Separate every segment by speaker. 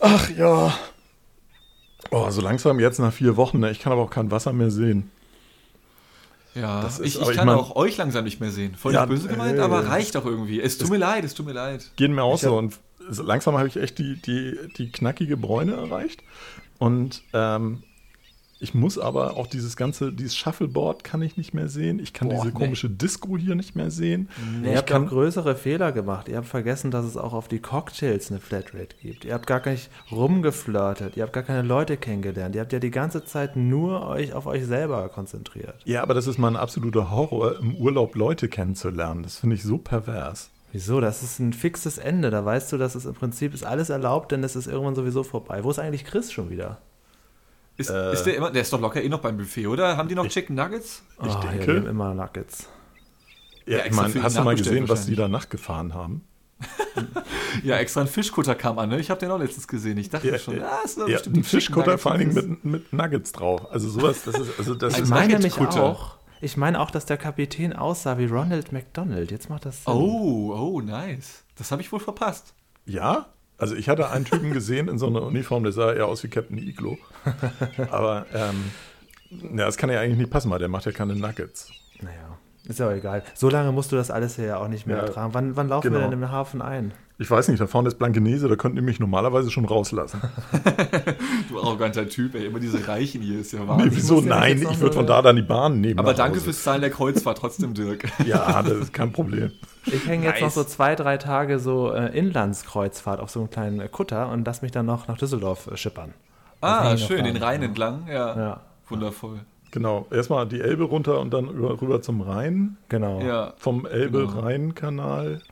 Speaker 1: Ach ja. Oh, so langsam jetzt nach vier Wochen, ne? ich kann aber auch kein Wasser mehr sehen.
Speaker 2: Ja,
Speaker 1: Das ist
Speaker 2: ich,
Speaker 1: aber-
Speaker 2: ich
Speaker 1: ich
Speaker 2: kann
Speaker 1: mein-
Speaker 2: auch euch langsam nicht mehr sehen. Voll
Speaker 1: Ja,
Speaker 2: nicht böse gemeint,
Speaker 1: ey.
Speaker 2: aber reicht doch irgendwie. Es tut mir leid, es tut mir leid.
Speaker 1: Gehen mir auch
Speaker 2: hab-
Speaker 1: so und so langsam habe ich echt die, die, die knackige Bräune erreicht. Und ähm, ich muss aber auch dieses ganze, dieses Shuffleboard kann ich nicht mehr sehen. Ich kann
Speaker 2: Boah,
Speaker 1: diese
Speaker 2: nee.
Speaker 1: komische Disco hier nicht mehr sehen.
Speaker 3: Nee, ihr
Speaker 1: ich
Speaker 3: habt auch
Speaker 1: kann,
Speaker 3: größere Fehler gemacht. Ihr habt vergessen, dass es auch auf die Cocktails eine Flatrate gibt. Ihr habt gar nicht rumgeflirtet. Ihr habt gar keine Leute kennengelernt. Ihr habt ja die ganze Zeit nur euch auf euch selber konzentriert.
Speaker 1: ja, aber das ist mein absoluter Horror, im Urlaub Leute kennenzulernen. Das finde ich so pervers.
Speaker 3: Wieso? Das ist ein fixes Ende. Da weißt du, dass es im Prinzip ist alles erlaubt, denn es ist irgendwann sowieso vorbei. Wo ist eigentlich Chris schon wieder?
Speaker 2: Ist,
Speaker 1: Äh.
Speaker 2: ist der immer, der ist doch locker eh noch beim Buffet, oder? Haben die noch Chicken Nuggets?
Speaker 1: Ich
Speaker 3: Ah,
Speaker 1: denke-
Speaker 3: wir nehmen immer Nuggets.
Speaker 1: Ja,
Speaker 2: Ja,
Speaker 1: ich
Speaker 2: extra
Speaker 1: meine,
Speaker 2: für ihn
Speaker 1: hast du mal
Speaker 2: nachbestellt
Speaker 1: gesehen, was die da nachgefahren haben?
Speaker 2: Ja, extra ein Fischkutter kam an, ne? Ich habe den auch letztens gesehen. Ich dachte schon, ah, ist doch
Speaker 1: ja,
Speaker 2: bestimmt
Speaker 1: ein
Speaker 2: die Chicken
Speaker 1: Fischkutter
Speaker 2: Nuggets
Speaker 1: vor allen Dingen
Speaker 2: und
Speaker 1: mit, mit Nuggets drauf. Also sowas, das ist, also das
Speaker 2: Ein
Speaker 3: Ich
Speaker 1: ist
Speaker 3: meine mich
Speaker 2: Nuggetskutter.
Speaker 3: auch. Ich meine auch, dass der Kapitän aussah wie Ronald McDonald. Jetzt macht
Speaker 2: dieses-
Speaker 3: das Sinn.
Speaker 2: Oh, oh, nice. Das habe ich wohl verpasst.
Speaker 1: ja. Also ich hatte einen Typen gesehen in so einer Uniform, der sah eher aus wie Captain Iglo. Aber ähm, ja, das kann ja eigentlich nicht passen, weil der macht ja keine Nuggets.
Speaker 3: Naja, ist ja auch egal. So lange musst du das alles hier ja auch nicht mehr
Speaker 1: Ja,
Speaker 3: ertragen. Wann, wann laufen wir
Speaker 1: genau.
Speaker 3: denn im Hafen ein?
Speaker 1: Ich weiß nicht, da vorne ist Blankenese, da könnten die mich normalerweise schon rauslassen.
Speaker 2: Du arroganter Typ, ey. Immer diese Reichen hier ist ja
Speaker 1: Nee,
Speaker 2: Wahnsinn.
Speaker 1: wieso?
Speaker 3: muss ja
Speaker 1: Nein,
Speaker 3: jetzt noch
Speaker 1: ich würde von
Speaker 3: eine-
Speaker 1: da dann die Bahn nehmen.
Speaker 2: aber
Speaker 1: nach
Speaker 2: danke
Speaker 1: Hause.
Speaker 2: fürs Zahlen der Kreuzfahrt trotzdem, Dirk.
Speaker 1: Ja, das ist kein Problem.
Speaker 3: Ich hänge jetzt noch so zwei, drei Tage so äh, Inlandskreuzfahrt auf so einem kleinen äh, Kutter und lass mich dann noch nach Düsseldorf äh, schippern.
Speaker 2: Ah,
Speaker 3: ich noch
Speaker 2: schön,
Speaker 3: gar
Speaker 2: den
Speaker 3: nicht,
Speaker 2: Rhein entlang. Ja,
Speaker 3: Ja.
Speaker 2: wundervoll.
Speaker 1: Genau, erstmal die Elbe runter und dann über, rüber zum Rhein.
Speaker 3: Genau.
Speaker 2: Ja.
Speaker 1: Vom Elbe-Rhein-Kanal.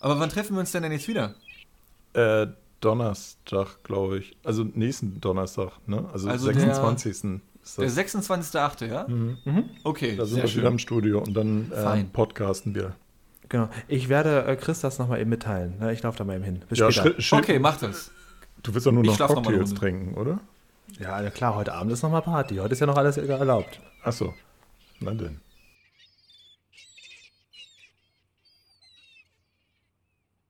Speaker 2: Aber wann treffen wir uns denn, denn jetzt wieder?
Speaker 1: Äh, Donnerstag, glaube ich. Also nächsten Donnerstag, ne? Also,
Speaker 2: Also der-
Speaker 1: 26. ist
Speaker 2: Der
Speaker 1: das.
Speaker 2: 26.8., ja? Okay,
Speaker 1: Mhm. Da sind wir
Speaker 2: sehr
Speaker 1: wieder
Speaker 2: schön.
Speaker 1: im Studio und dann äh,
Speaker 2: Fein.
Speaker 1: podcasten wir.
Speaker 3: genau. Ich werde äh, Chris das nochmal eben mitteilen. Ne? Ich laufe da mal eben hin. Bis
Speaker 1: Ja,
Speaker 3: später.
Speaker 1: Schri- Schri-
Speaker 2: Okay, mach das.
Speaker 1: Du willst ja nur
Speaker 2: Ich
Speaker 1: noch
Speaker 2: schlaf noch mal eine
Speaker 1: Cocktails
Speaker 2: Runde.
Speaker 1: trinken, oder?
Speaker 3: Ja, na klar, heute Abend ist nochmal Party. Heute ist ja noch alles erlaubt.
Speaker 1: Achso. Na denn.